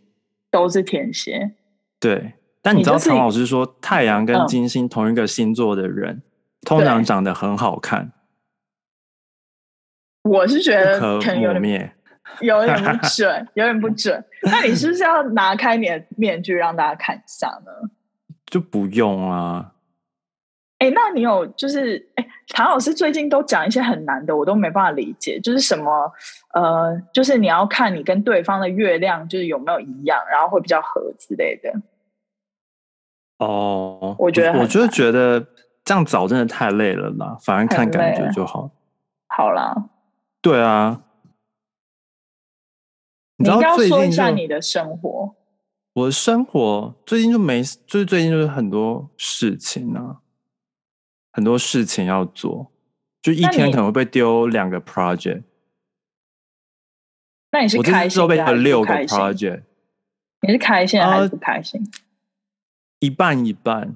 Speaker 2: 都是天蝎。
Speaker 1: 对，但
Speaker 2: 你
Speaker 1: 你知道
Speaker 2: 就是
Speaker 1: 唐老师说，太阳
Speaker 2: 嗯
Speaker 1: 跟金星同一个星座的人，通
Speaker 2: 对
Speaker 1: 常长得很好看，
Speaker 2: 我是觉
Speaker 1: 不
Speaker 2: 得
Speaker 1: 可
Speaker 2: 嗯可能有
Speaker 1: 磨
Speaker 2: 点
Speaker 1: 灭。
Speaker 2: 有点 不准，有点不准。那你是不是要拿开你的面具让大家看一下呢？
Speaker 1: 就不用啊，
Speaker 2: 哎，那你有就是哎，唐老师最近都讲一些很难的，我都没办法理解，就是什么呃，就是你要看你跟对方的月亮就是有没有一样，然后会比较合之类的。
Speaker 1: 哦，
Speaker 2: 我觉得很
Speaker 1: 我就觉得这样找真的太累了啦，反正看
Speaker 2: 很
Speaker 1: 感
Speaker 2: 累啊
Speaker 1: 觉
Speaker 2: 了
Speaker 1: 就好。
Speaker 2: 好啦，
Speaker 1: 对啊，你
Speaker 2: 你
Speaker 1: 知
Speaker 2: 应该
Speaker 1: 道
Speaker 2: 要
Speaker 1: 最
Speaker 2: 说一
Speaker 1: 近
Speaker 2: 下
Speaker 1: 就
Speaker 2: 你的生活。
Speaker 1: 我的生活最近就没，就是最近就是很多事情啊，很多事情要做，就一
Speaker 2: 那
Speaker 1: 天
Speaker 2: 你
Speaker 1: 可能会被丢两个 project。
Speaker 2: 那你是
Speaker 1: 我这
Speaker 2: 开
Speaker 1: 次
Speaker 2: 心
Speaker 1: 就被
Speaker 2: 的
Speaker 1: 丢
Speaker 2: 还是
Speaker 1: 六
Speaker 2: 不
Speaker 1: 个
Speaker 2: 开心？
Speaker 1: project，
Speaker 2: 你是开心的还是
Speaker 1: 呃
Speaker 2: 不开心？
Speaker 1: 一半一半，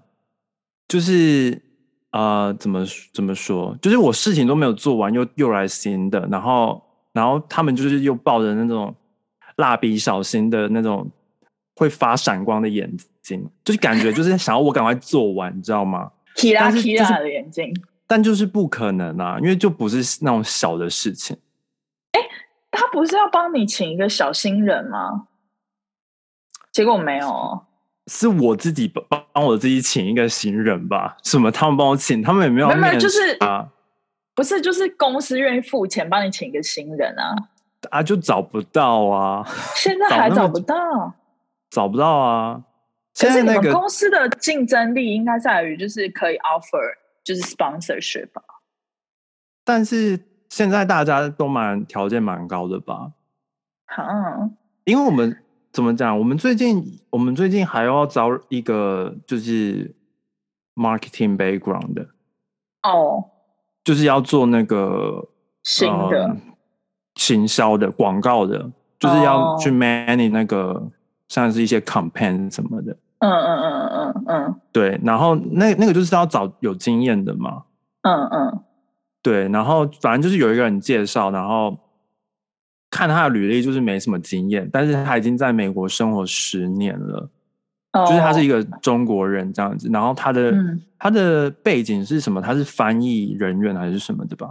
Speaker 1: 就是啊、呃怎么怎么说？就是我事情都没有做完，又又来新的，然后然后他们就是又抱着那种蜡笔小新的那种会发闪光的眼睛，就是感觉就是 想要我赶快做完，你知道吗？
Speaker 2: 提拉
Speaker 1: 但是
Speaker 2: 提
Speaker 1: 就是
Speaker 2: 拉的眼睛，
Speaker 1: 但就是不可能啊，因为就不是那种小的事情。
Speaker 2: 他不是要帮你请一个小新人吗？结果没有哦，
Speaker 1: 是我自己帮帮我自己请一个行人吧？什么？他们帮我请，他们也没有
Speaker 2: 没有没有
Speaker 1: 面
Speaker 2: 就是
Speaker 1: 试啊，
Speaker 2: 不是，就是公司愿意付钱帮你请一个新人啊，
Speaker 1: 啊，就找不到啊，
Speaker 2: 现在还找不到。
Speaker 1: 找不到啊。
Speaker 2: 可
Speaker 1: 现
Speaker 2: 是
Speaker 1: 在
Speaker 2: 你
Speaker 1: 那
Speaker 2: 们
Speaker 1: 个
Speaker 2: 公司的竞争力应该在于，就是可以 offer 就是 sponsorship 吧？
Speaker 1: 但是现在大家都蛮条件蛮高的吧？
Speaker 2: 嗯，
Speaker 1: 因为我们怎么讲？我们最近我们最近还要招一个就是 marketing background 的，
Speaker 2: 哦，
Speaker 1: 就是要做那个
Speaker 2: 新的、
Speaker 1: 呃、行销的广告的，就是要
Speaker 2: 哦
Speaker 1: 去 manage 那个像是一些 campaign 什么的。
Speaker 2: 嗯，嗯嗯嗯嗯嗯
Speaker 1: 对，然后那那个就是要找有经验的嘛。
Speaker 2: 嗯嗯，
Speaker 1: 对，然后反正就是有一个人介绍，然后看他的履历就是没什么经验，但是他已经在美国生活十年了，
Speaker 2: 哦
Speaker 1: 就是他是一个中国人这样子，然后他的、
Speaker 2: 嗯
Speaker 1: 他的背景是什么？他是翻译人员还是什么的吧？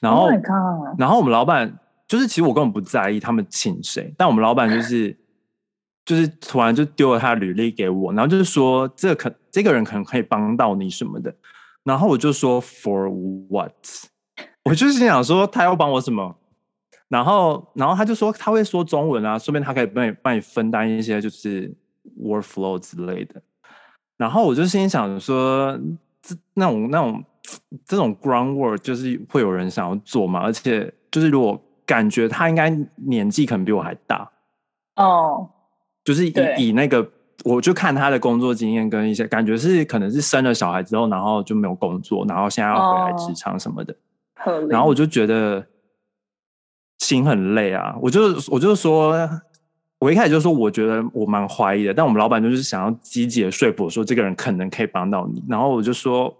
Speaker 1: 然后、
Speaker 2: Oh my god，
Speaker 1: 然后我们老板就是，其实我根本不在意他们请谁，但我们老板就是就是突然就丢了他的履历给我，然后就是说这个可这个人可能可以帮到你什么的，然后我就说 for what，我就是心想说他要帮我什么，然后然后他就说他会说中文啊，顺便他可以帮你帮你分担一些就是 workflow 之类的，然后我就心想说，这那种那种这种 groundwork 就是会有人想要做嘛，而且就是如果感觉他应该年纪可能比我还大，
Speaker 2: 哦，
Speaker 1: 就是以
Speaker 2: 对
Speaker 1: 以那个我就看他的工作经验跟一些感觉是可能是生了小孩之后，然后就没有工作，然后现在要回来职
Speaker 2: 哦
Speaker 1: 场什么的，
Speaker 2: 合理。
Speaker 1: 然后我就觉得心很累啊，我就我就说。我一开始就说，我觉得我蛮怀疑的，但我们老板就是想要积极的说服我说，这个人可能可以帮到你。然后我就说，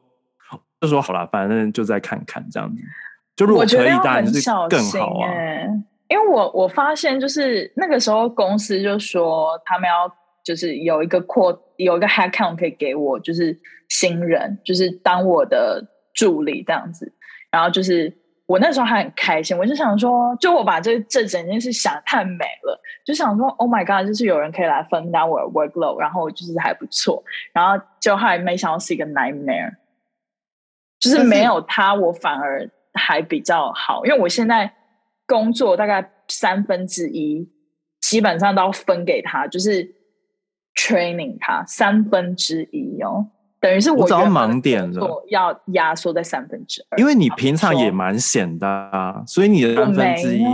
Speaker 1: 就说好了，反正就再看看这样子。就如果
Speaker 2: 我觉
Speaker 1: 可
Speaker 2: 得
Speaker 1: 以
Speaker 2: 要，
Speaker 1: 当然
Speaker 2: 很
Speaker 1: 是
Speaker 2: 小
Speaker 1: 更
Speaker 2: 心
Speaker 1: 好啊。
Speaker 2: 欸因为我我发现，就是那个时候公司就说他们要就是有一个扩有一个 head count 可以给我，就是新人，就是当我的助理这样子。然后就是我那时候还很开心，我就想说，就我把这这整件事想得太美了，就想说 Oh my God，就是有人可以来分担我的 workload，然后就是还不错。然后就后来没想到是一个 nightmare，就是
Speaker 1: 但是
Speaker 2: 没有他，我反而还比较好，因为我现在工作大概三分之一基本上都要分给他，就是 training 他三分之一哦，等于是
Speaker 1: 我
Speaker 2: 我
Speaker 1: 找到
Speaker 2: 原本的
Speaker 1: 盲点
Speaker 2: 工
Speaker 1: 了
Speaker 2: 作要压缩在三分之二，
Speaker 1: 因为你平常
Speaker 2: 说
Speaker 1: 也蛮闲的啊，所以你的
Speaker 2: 我
Speaker 1: 三分
Speaker 2: 没
Speaker 1: 之一，
Speaker 2: 有，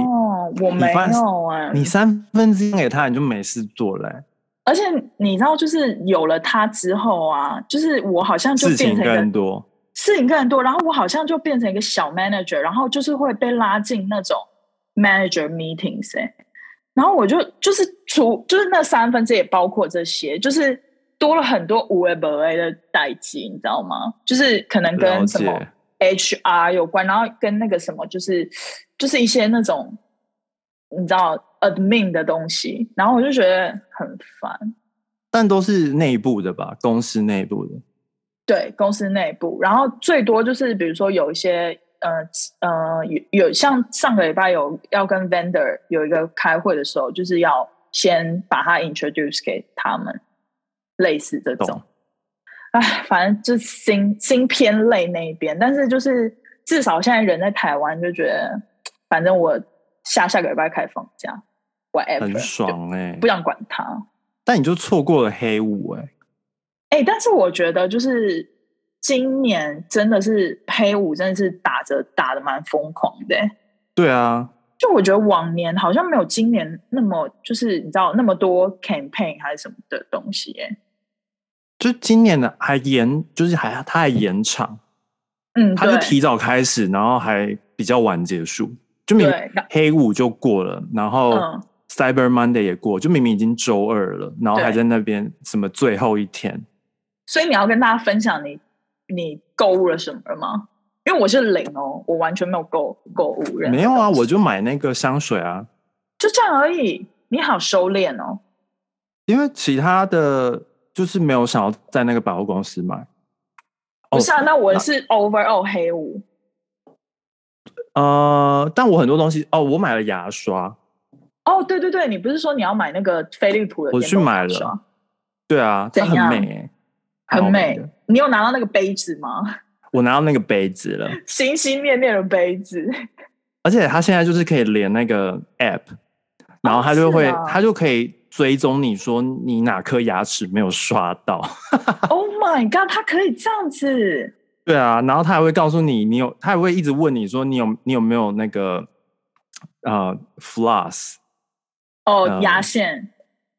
Speaker 2: 我
Speaker 1: 你
Speaker 2: 没
Speaker 1: 发
Speaker 2: 有哎、
Speaker 1: 你三分之一给他，你就没事做了欸、
Speaker 2: 而且你知道，就是有了他之后啊，就是我好像就
Speaker 1: 事
Speaker 2: 变
Speaker 1: 情
Speaker 2: 成一
Speaker 1: 更
Speaker 2: 个
Speaker 1: 多。
Speaker 2: 事情更多，然后我好像就变成一个小 manager，然后就是会被拉进那种 manager meetings，、欸、然后我就就是除就是那三分之一也包括这些，就是多了很多无为不为的代际，你知道吗？就是可能
Speaker 1: 了
Speaker 2: 跟什么
Speaker 1: 解，
Speaker 2: HR 有关，然后跟那个什么，就是就是一些那种你知道 admin 的东西，然后我就觉得很烦。
Speaker 1: 但都是内部的吧，公司内部的。
Speaker 2: 对公司内部，然后最多就是比如说有一些呃呃有有像上个礼拜有要跟 vendor 有一个开会的时候，就是要先把它 introduce 给他们，类似这种
Speaker 1: 懂。
Speaker 2: 唉，反正就是心心偏累那一边，但是就是至少现在人在台湾，就觉得反正我下下个礼拜开放假，whatever，
Speaker 1: 很
Speaker 2: 就
Speaker 1: 爽哎、
Speaker 2: 不想管他。
Speaker 1: 但你就错过了黑五哎、
Speaker 2: 哎、但是我觉得就是今年真的是黑五，真的是打着打的蛮疯狂的欸、
Speaker 1: 对啊，
Speaker 2: 就我觉得往年好像没有今年那么，就是你知道那么多 campaign 还是什么的东西、欸，
Speaker 1: 就今年的还延，就是还他还延长，
Speaker 2: 嗯，
Speaker 1: 他就
Speaker 2: 对
Speaker 1: 提早开始，然后还比较晚结束，就明
Speaker 2: 对那
Speaker 1: 黑五就过了，然后
Speaker 2: 嗯
Speaker 1: Cyber Monday 也过，就明明已经周二了，然后还
Speaker 2: 对
Speaker 1: 在那边什么最后一天，
Speaker 2: 所以你要跟大家分享你你购物了什么了吗？因为我是零哦，我完全没有购购物任何
Speaker 1: 没有啊，
Speaker 2: 东西
Speaker 1: 我就买那个香水啊，
Speaker 2: 就这样而已。你好收敛哦，
Speaker 1: 因为其他的就是没有想要在那个百货公司买。
Speaker 2: 不是啊？那我
Speaker 1: 哦那
Speaker 2: 是 overall 黑五
Speaker 1: 呃，但我很多东西哦，我买了牙刷，
Speaker 2: 哦，对对对，你不是说你要买那个飞利浦的？
Speaker 1: 我去买了，对啊，它
Speaker 2: 怎
Speaker 1: 很
Speaker 2: 样
Speaker 1: 美、欸，
Speaker 2: 很
Speaker 1: 蛮好
Speaker 2: 美
Speaker 1: 的。
Speaker 2: 你有拿到那个杯子吗？
Speaker 1: 我拿到那个杯子了，
Speaker 2: 心心念念的杯子，
Speaker 1: 而且它现在就是可以连那个 app，然后它
Speaker 2: 是
Speaker 1: 就会、
Speaker 2: 啊
Speaker 1: 它就可以追踪你说你哪颗牙齿没有刷到。
Speaker 2: Oh my god，他可以这样子，
Speaker 1: 对啊，然后他还会告诉你，你有，他还会一直问你说你有你有没有那个呃 floss
Speaker 2: 哦，
Speaker 1: 嗯
Speaker 2: 牙线，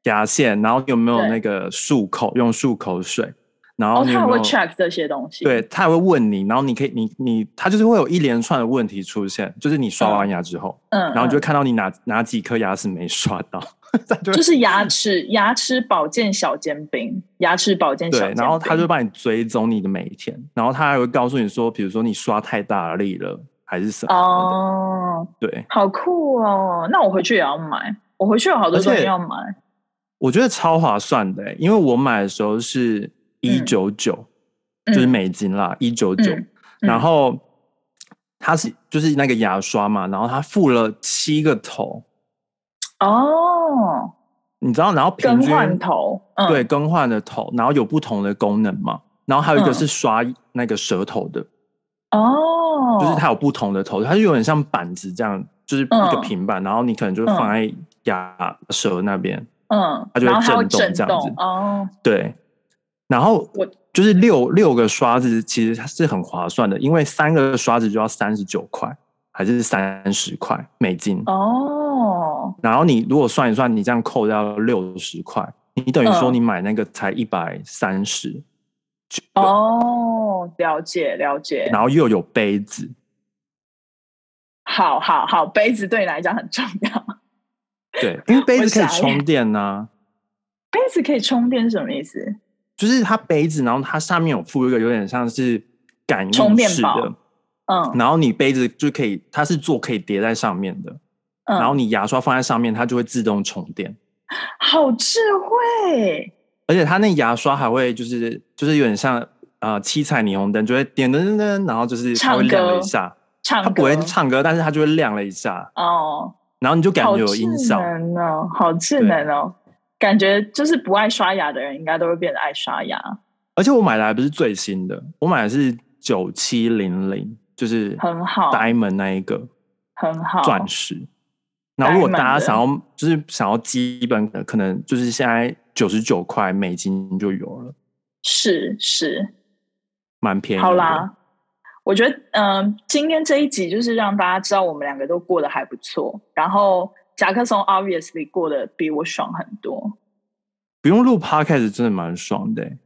Speaker 1: 牙线，然后有没有
Speaker 2: 对
Speaker 1: 那个漱口用漱口水，然后
Speaker 2: 哦，
Speaker 1: 你
Speaker 2: 他
Speaker 1: 有
Speaker 2: 还
Speaker 1: 没
Speaker 2: 会
Speaker 1: 有、
Speaker 2: check 这些东西，
Speaker 1: 对，他还会问你，然后你可以你你他就是会有一连串的问题出现，就是你刷完牙之后，
Speaker 2: 嗯，
Speaker 1: 然后你就
Speaker 2: 嗯
Speaker 1: 会看到你哪哪几颗牙齿没刷到，他就会
Speaker 2: 就是牙齿牙齿保健小煎饼，牙齿保健小
Speaker 1: 对
Speaker 2: 煎，饼，
Speaker 1: 然后他就帮你追踪你的每一天，然后他还会告诉你说，比如说你刷太大力了还是什么的，
Speaker 2: 哦，
Speaker 1: 对。
Speaker 2: 好酷哦，那我回去也要买，我回去有好多东
Speaker 1: 而
Speaker 2: 西
Speaker 1: 且
Speaker 2: 要买，
Speaker 1: 我觉得超划算的欸、因为我买的时候是一九九，
Speaker 2: 嗯
Speaker 1: 就是美金啦，一九九
Speaker 2: 嗯。
Speaker 1: 然后它是就是那个牙刷嘛，然后它付了七个头，
Speaker 2: 哦，
Speaker 1: 你知道，然后平
Speaker 2: 更
Speaker 1: 均
Speaker 2: 换头，嗯，
Speaker 1: 对，更换的头，然后有不同的功能嘛，然后还有一个
Speaker 2: 嗯
Speaker 1: 是刷那个舌头的，
Speaker 2: 哦，
Speaker 1: 就是它有不同的头，它就有点像板子这样，就是一个
Speaker 2: 嗯
Speaker 1: 平板，然后你可能就
Speaker 2: 嗯
Speaker 1: 放在牙舌那边，
Speaker 2: 嗯，
Speaker 1: 它就会
Speaker 2: 然后还会
Speaker 1: 震动这样
Speaker 2: 动
Speaker 1: 子
Speaker 2: 哦，
Speaker 1: 对，然后
Speaker 2: 我
Speaker 1: 就是六六个刷子，其实它是很划算的，因为三个刷子就要三十九块，还是三十块美金。
Speaker 2: 哦，
Speaker 1: 然后你如果算一算，你这样扣掉六十块，你等于说
Speaker 2: 嗯
Speaker 1: 你买那个才一百三十，
Speaker 2: 哦，了解了解，
Speaker 1: 然后又有杯子，
Speaker 2: 好好好，杯子对你来讲很重要。
Speaker 1: 对， 因为杯子可
Speaker 2: 我
Speaker 1: 以
Speaker 2: 傻眼
Speaker 1: 充电呐、
Speaker 2: 杯子可以充电是什么意思？
Speaker 1: 就是它杯子，然后它上面有附一个有点像是感
Speaker 2: 充
Speaker 1: 应
Speaker 2: 电
Speaker 1: 式
Speaker 2: 宝
Speaker 1: 的，
Speaker 2: 嗯，
Speaker 1: 然后你杯子就可以，它是做可以叠在上面的，
Speaker 2: 然
Speaker 1: 然后你牙刷放在上面，它就会自动充电。
Speaker 2: 好智慧，
Speaker 1: 而且它那牙刷还会就是就是有点像呃七彩霓虹灯，就会点噔噔噔，然后就是它会
Speaker 2: 唱歌
Speaker 1: 亮了一下，
Speaker 2: 唱
Speaker 1: 它
Speaker 2: 歌
Speaker 1: 不会唱歌，但是它就会亮了一下，
Speaker 2: 哦，
Speaker 1: 然后你就感
Speaker 2: 好
Speaker 1: 觉有
Speaker 2: 智
Speaker 1: 音效。
Speaker 2: 能哦，好智能哦，感觉就是不爱刷牙的人应该都会变得爱刷牙，
Speaker 1: 而且我买的还不是最新的，我买的是九七零零，就是
Speaker 2: 很好
Speaker 1: Diamond 那一个
Speaker 2: 很好，
Speaker 1: 钻石。然后如果
Speaker 2: Diamond
Speaker 1: 大家
Speaker 2: 的
Speaker 1: 想要就是想要基本的，可能就是现在九十九块美金就有了，
Speaker 2: 是是，
Speaker 1: 蛮便宜。
Speaker 2: 好，啦，我觉得嗯、今天这一集就是让大家知道我们两个都过得还不错，然后夹克松 obviously 过得比我爽很多，
Speaker 1: 不用录 podcast 真的蛮爽的欸、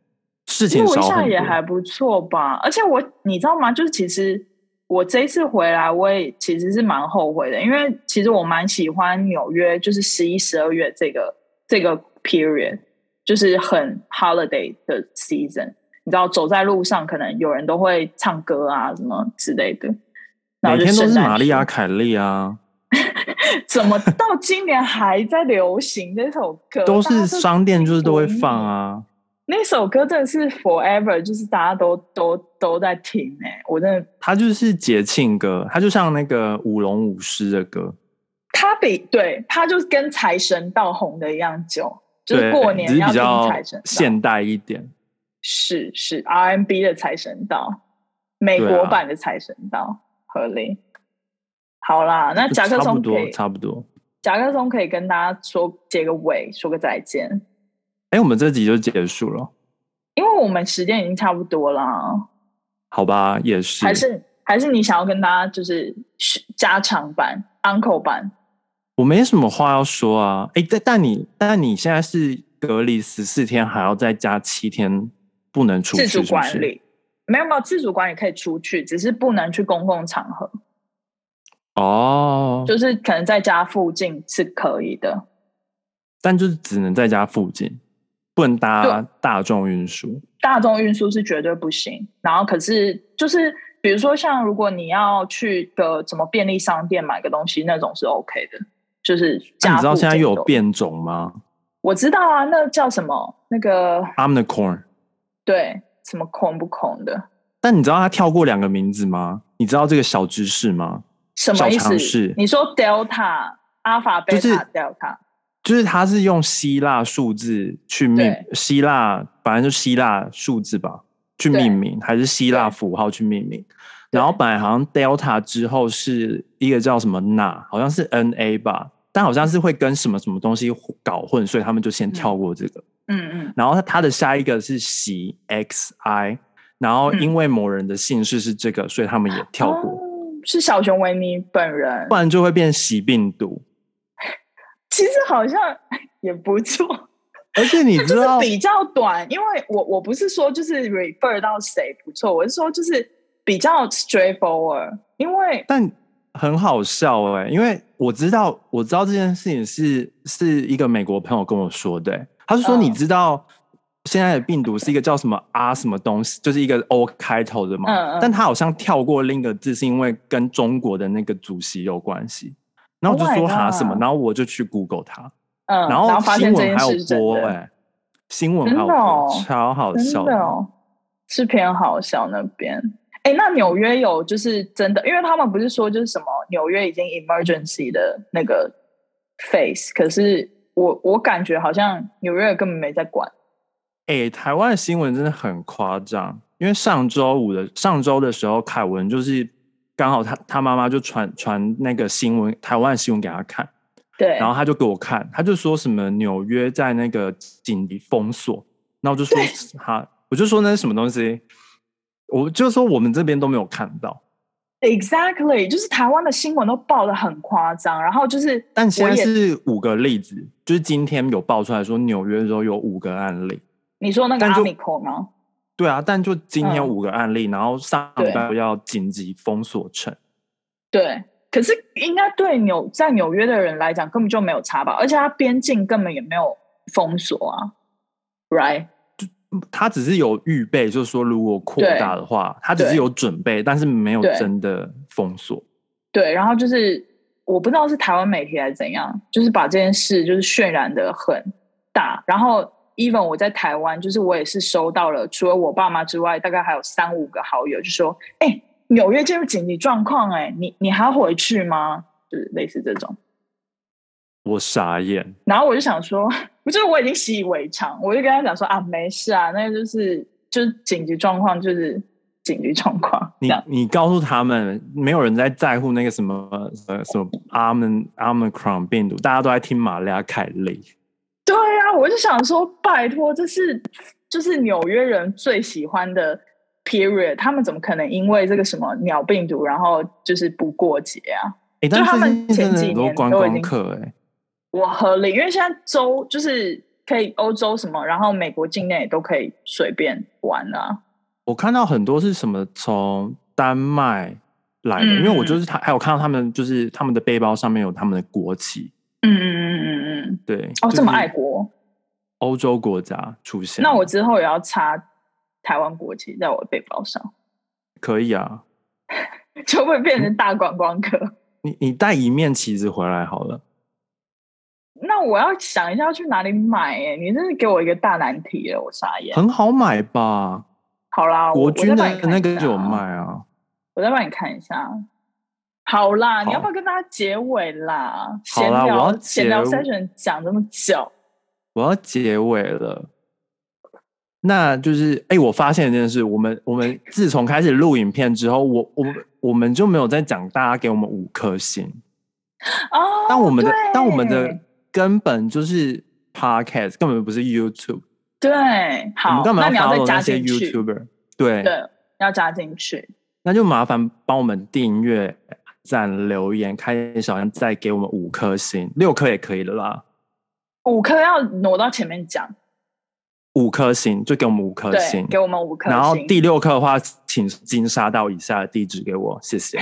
Speaker 1: 事情
Speaker 2: 录一
Speaker 1: 少
Speaker 2: 下
Speaker 1: 很
Speaker 2: 也
Speaker 1: 多。
Speaker 2: 还不错吧。而且我你知道吗？就是其实我这一次回来，我也其实是蛮后悔的，因为其实我蛮喜欢纽约，就是十一、十二月这个这个 period，就是很 holiday 的 season。你知道，走在路上可能有人都会唱歌啊，什么之类的。
Speaker 1: 每
Speaker 2: 然后就
Speaker 1: 天都
Speaker 2: 圣
Speaker 1: 是
Speaker 2: 诞
Speaker 1: 玛丽
Speaker 2: 树
Speaker 1: 亚·凯莉啊，
Speaker 2: 怎么到今年还在流行这首歌？
Speaker 1: 都
Speaker 2: 大家
Speaker 1: 是商店就是都会
Speaker 2: 不腻
Speaker 1: 放啊。
Speaker 2: 那首歌真的是 forever，就是大家都都都在听哎、我真的，
Speaker 1: 它就是节庆歌，它就像那个舞龙舞狮的歌，
Speaker 2: 它比对它就是跟财神到红的一样久，就
Speaker 1: 对，
Speaker 2: 是过年
Speaker 1: 只是
Speaker 2: 要
Speaker 1: 比
Speaker 2: 听
Speaker 1: 较
Speaker 2: 财神到，
Speaker 1: 现代一点。
Speaker 2: 是是 RMB 的财神到，美
Speaker 1: 对
Speaker 2: 国
Speaker 1: 啊
Speaker 2: 版的财神到，合理。好啦，那夹克
Speaker 1: 差不
Speaker 2: 松可
Speaker 1: 多，
Speaker 2: 以，
Speaker 1: 差不多。
Speaker 2: 夹克松可以跟大家说结个尾，说个再见，
Speaker 1: 哎，我们这集就结束了，
Speaker 2: 因为我们时间已经差不多啦。
Speaker 1: 好吧？也是，
Speaker 2: 还是还是你想要跟大家就是加长版、uncle 版？
Speaker 1: 我没什么话要说啊。哎，但但你但你现在是隔离十四天，还要再加七天不能出去，
Speaker 2: 自主管
Speaker 1: 是不是
Speaker 2: 理，没有没有自主管理可以出去，只是不能去公共场合，
Speaker 1: 哦，
Speaker 2: 就是可能在家附近是可以的。
Speaker 1: 但就是只能在家附近，不能搭大众运输。
Speaker 2: 大众运输是绝对不行。然后可是就是比如说像如果你要去个什么便利商店买个东西那种是 OK 的，就是
Speaker 1: 那
Speaker 2: 家
Speaker 1: 你知道
Speaker 2: 附
Speaker 1: 现在
Speaker 2: 近
Speaker 1: 又有
Speaker 2: 都
Speaker 1: 变种吗
Speaker 2: 我知道啊，那叫什么那个
Speaker 1: ？Omicron。
Speaker 2: 对什么恐不恐的
Speaker 1: 但你知道他跳过两个名字吗？你知道这个小知识吗？
Speaker 2: 什么意
Speaker 1: 小尝试
Speaker 2: 思？你说 delta、阿法、贝
Speaker 1: 就是
Speaker 2: 塔、delta，
Speaker 1: 就是他是用希腊数字去命
Speaker 2: 对
Speaker 1: 希腊，反正就希腊数字吧，去命名，还是希腊符号去命名。然后本来好像 Delta 之后是一个叫什么 Na，好像是 Na 吧，但好像是会跟什么什么东西搞混，所以他们就先跳过这个。
Speaker 2: 嗯嗯，
Speaker 1: 然后它的下一个是喜 Xi，然后因为某人的姓氏是这个，所以他们也跳过，
Speaker 2: 嗯哦是小熊维尼本人
Speaker 1: 不，然就会变喜病毒。
Speaker 2: 其实好像 也不错，
Speaker 1: 而且 你
Speaker 2: 它
Speaker 1: 知
Speaker 2: 啊就是
Speaker 1: 道，
Speaker 2: 比较短，因为我我不是说就是 refer 到谁不错，我是说就是比较 straightforward，因为
Speaker 1: 但很好笑哎、因为我知道，我知道这件事情是是一个美国朋友跟我说的欸、他是说
Speaker 2: 嗯
Speaker 1: 你知道现在的病毒是一个叫什么啊什么东西，就是一个 O 开头的嘛，
Speaker 2: 嗯嗯
Speaker 1: 但他好像跳过另一个字，是因为跟中国的那个主席有关系。然后我
Speaker 2: Oh
Speaker 1: 就说
Speaker 2: my
Speaker 1: 哈
Speaker 2: God
Speaker 1: 什么，然后我就去 Google 它，
Speaker 2: 嗯，
Speaker 1: 然
Speaker 2: 后
Speaker 1: 后
Speaker 2: 发
Speaker 1: 新
Speaker 2: 现这
Speaker 1: 闻
Speaker 2: 件
Speaker 1: 还
Speaker 2: 事
Speaker 1: 有
Speaker 2: 是真
Speaker 1: 播
Speaker 2: 的，
Speaker 1: 哎、新闻还有
Speaker 2: 真的哦
Speaker 1: 播，超好笑
Speaker 2: 真的哦，是偏好笑那边。哎，那纽约有就是真的，因为他们不是说就是什么纽约已经 emergency 的那个 face，可是我我感觉好像纽约根本没在管。
Speaker 1: 诶，台湾的新闻真的很夸张，因为上周五的上周的时候，凯文就是刚好他他妈妈就传传那个新闻，台湾的新闻给他看，
Speaker 2: 对，
Speaker 1: 然后他就给我看，他就说什么纽约在那个紧急封锁，那我就说哈，我就说那是什么东西，我就说我们这边都没有看到，
Speaker 2: exactly 就是台湾的新闻都报的很夸张，然后就是
Speaker 1: 但现在
Speaker 2: 我也
Speaker 1: 是五个例子，就是今天有爆出来说纽约的时候有五个案例，
Speaker 2: 你说那个
Speaker 1: 但就
Speaker 2: Omicron 吗？
Speaker 1: 对啊，但就今天
Speaker 2: 嗯
Speaker 1: 五个案例，然后上礼
Speaker 2: 对
Speaker 1: 拜要紧急封锁城。
Speaker 2: 对，可是应该对纽在纽约的人来讲根本就没有差吧，而且它边境根本也没有封锁啊，right？
Speaker 1: 他只是有预备，就是说如果扩大的话，他只是有准备，但是没有
Speaker 2: 对
Speaker 1: 真的封锁。
Speaker 2: 对，然后就是我不知道是台湾媒体还是怎样，就是把这件事就是渲染的很大。然后 even 我在台湾，就是我也是收到了，除了我爸妈之外，大概还有三五个好友就说：“哎、纽约进入紧急状况、哎，你你还要回去吗？”就是类似这种。
Speaker 1: 我傻眼，
Speaker 2: 然后我就想说，不就是我已经习以为常，我就跟他讲说啊，没事啊，那个就是就是紧急状况，就是紧急状况
Speaker 1: 你
Speaker 2: 这样。
Speaker 1: 你告诉他们，没有人在在乎那个什么呃什么阿门阿门 c r o n 病毒，大家都在听玛利亚凯莉。
Speaker 2: 对啊，我就想说，拜托，这是就是纽约人最喜欢的 period，他们怎么可能因为这个什么鸟病毒，然后就是不过节啊？
Speaker 1: 哎、
Speaker 2: 就
Speaker 1: 但
Speaker 2: 他们
Speaker 1: 最近真的
Speaker 2: 前
Speaker 1: 很
Speaker 2: 几
Speaker 1: 多
Speaker 2: 年
Speaker 1: 观
Speaker 2: 都已
Speaker 1: 光
Speaker 2: 经
Speaker 1: 客哎、
Speaker 2: 我合理，因为现在州就是可以欧洲什么，然后美国境内也都可以随便玩啊。
Speaker 1: 我看到很多是什么从丹麦来的，
Speaker 2: 嗯
Speaker 1: 因为我就是他，还有看到他们就是他们的背包上面有他们的国旗，
Speaker 2: 嗯嗯嗯嗯嗯，
Speaker 1: 对，
Speaker 2: 哦，
Speaker 1: 就是
Speaker 2: 这么爱国，
Speaker 1: 欧洲国家出现，
Speaker 2: 那我之后也要插台湾国旗在我的背包上，
Speaker 1: 可以啊，
Speaker 2: 就会变成大观光客。
Speaker 1: 你你带一面旗子回来好了。
Speaker 2: 那我要想一下要去哪里买、欸？你真是给我一个大难题了，我傻眼。
Speaker 1: 很好买吧？
Speaker 2: 好啦，啊我
Speaker 1: 国军的
Speaker 2: 我再帮你看一下
Speaker 1: 那个就有卖啊。
Speaker 2: 我再帮你看一下。啊好啦，你要不
Speaker 1: 好
Speaker 2: 要跟大家结尾啦？
Speaker 1: 好
Speaker 2: 闲
Speaker 1: 啦
Speaker 2: 聊
Speaker 1: 我要结
Speaker 2: 闲聊
Speaker 1: 尾
Speaker 2: 筛选讲这么久，
Speaker 1: 我要结尾了，那就是哎、我发现一件事，我们我们自从开始录影片之后，我我们我们就没有再讲大家给我们五颗星，
Speaker 2: 哦，
Speaker 1: 但我们的、
Speaker 2: 对
Speaker 1: 但我们的根本就是 podcast，根本不是 YouTube，
Speaker 2: 对
Speaker 1: 我
Speaker 2: 好
Speaker 1: 们，干嘛
Speaker 2: 那你
Speaker 1: 要
Speaker 2: 要
Speaker 1: follow
Speaker 2: 再加
Speaker 1: 那些
Speaker 2: 进去，
Speaker 1: YouTuber？对，
Speaker 2: 对，要加进去。
Speaker 1: 那就麻烦帮我们订阅、赞、留言、开小箱，再给我们五颗星，六颗也可以了啦。
Speaker 2: 五颗要挪到前面讲，
Speaker 1: 五颗星，就给我们五颗
Speaker 2: 对
Speaker 1: 星，，
Speaker 2: 给我们五颗星。
Speaker 1: 然后第六颗的话，请金沙到以下的地址给我，谢 谢。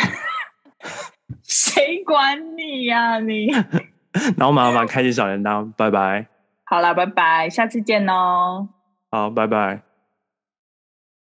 Speaker 2: 谁管你呀、你？
Speaker 1: 然后麻烦开启小铃铛，拜拜。
Speaker 2: 好啦，拜拜，下次见哦。
Speaker 1: 好，拜拜。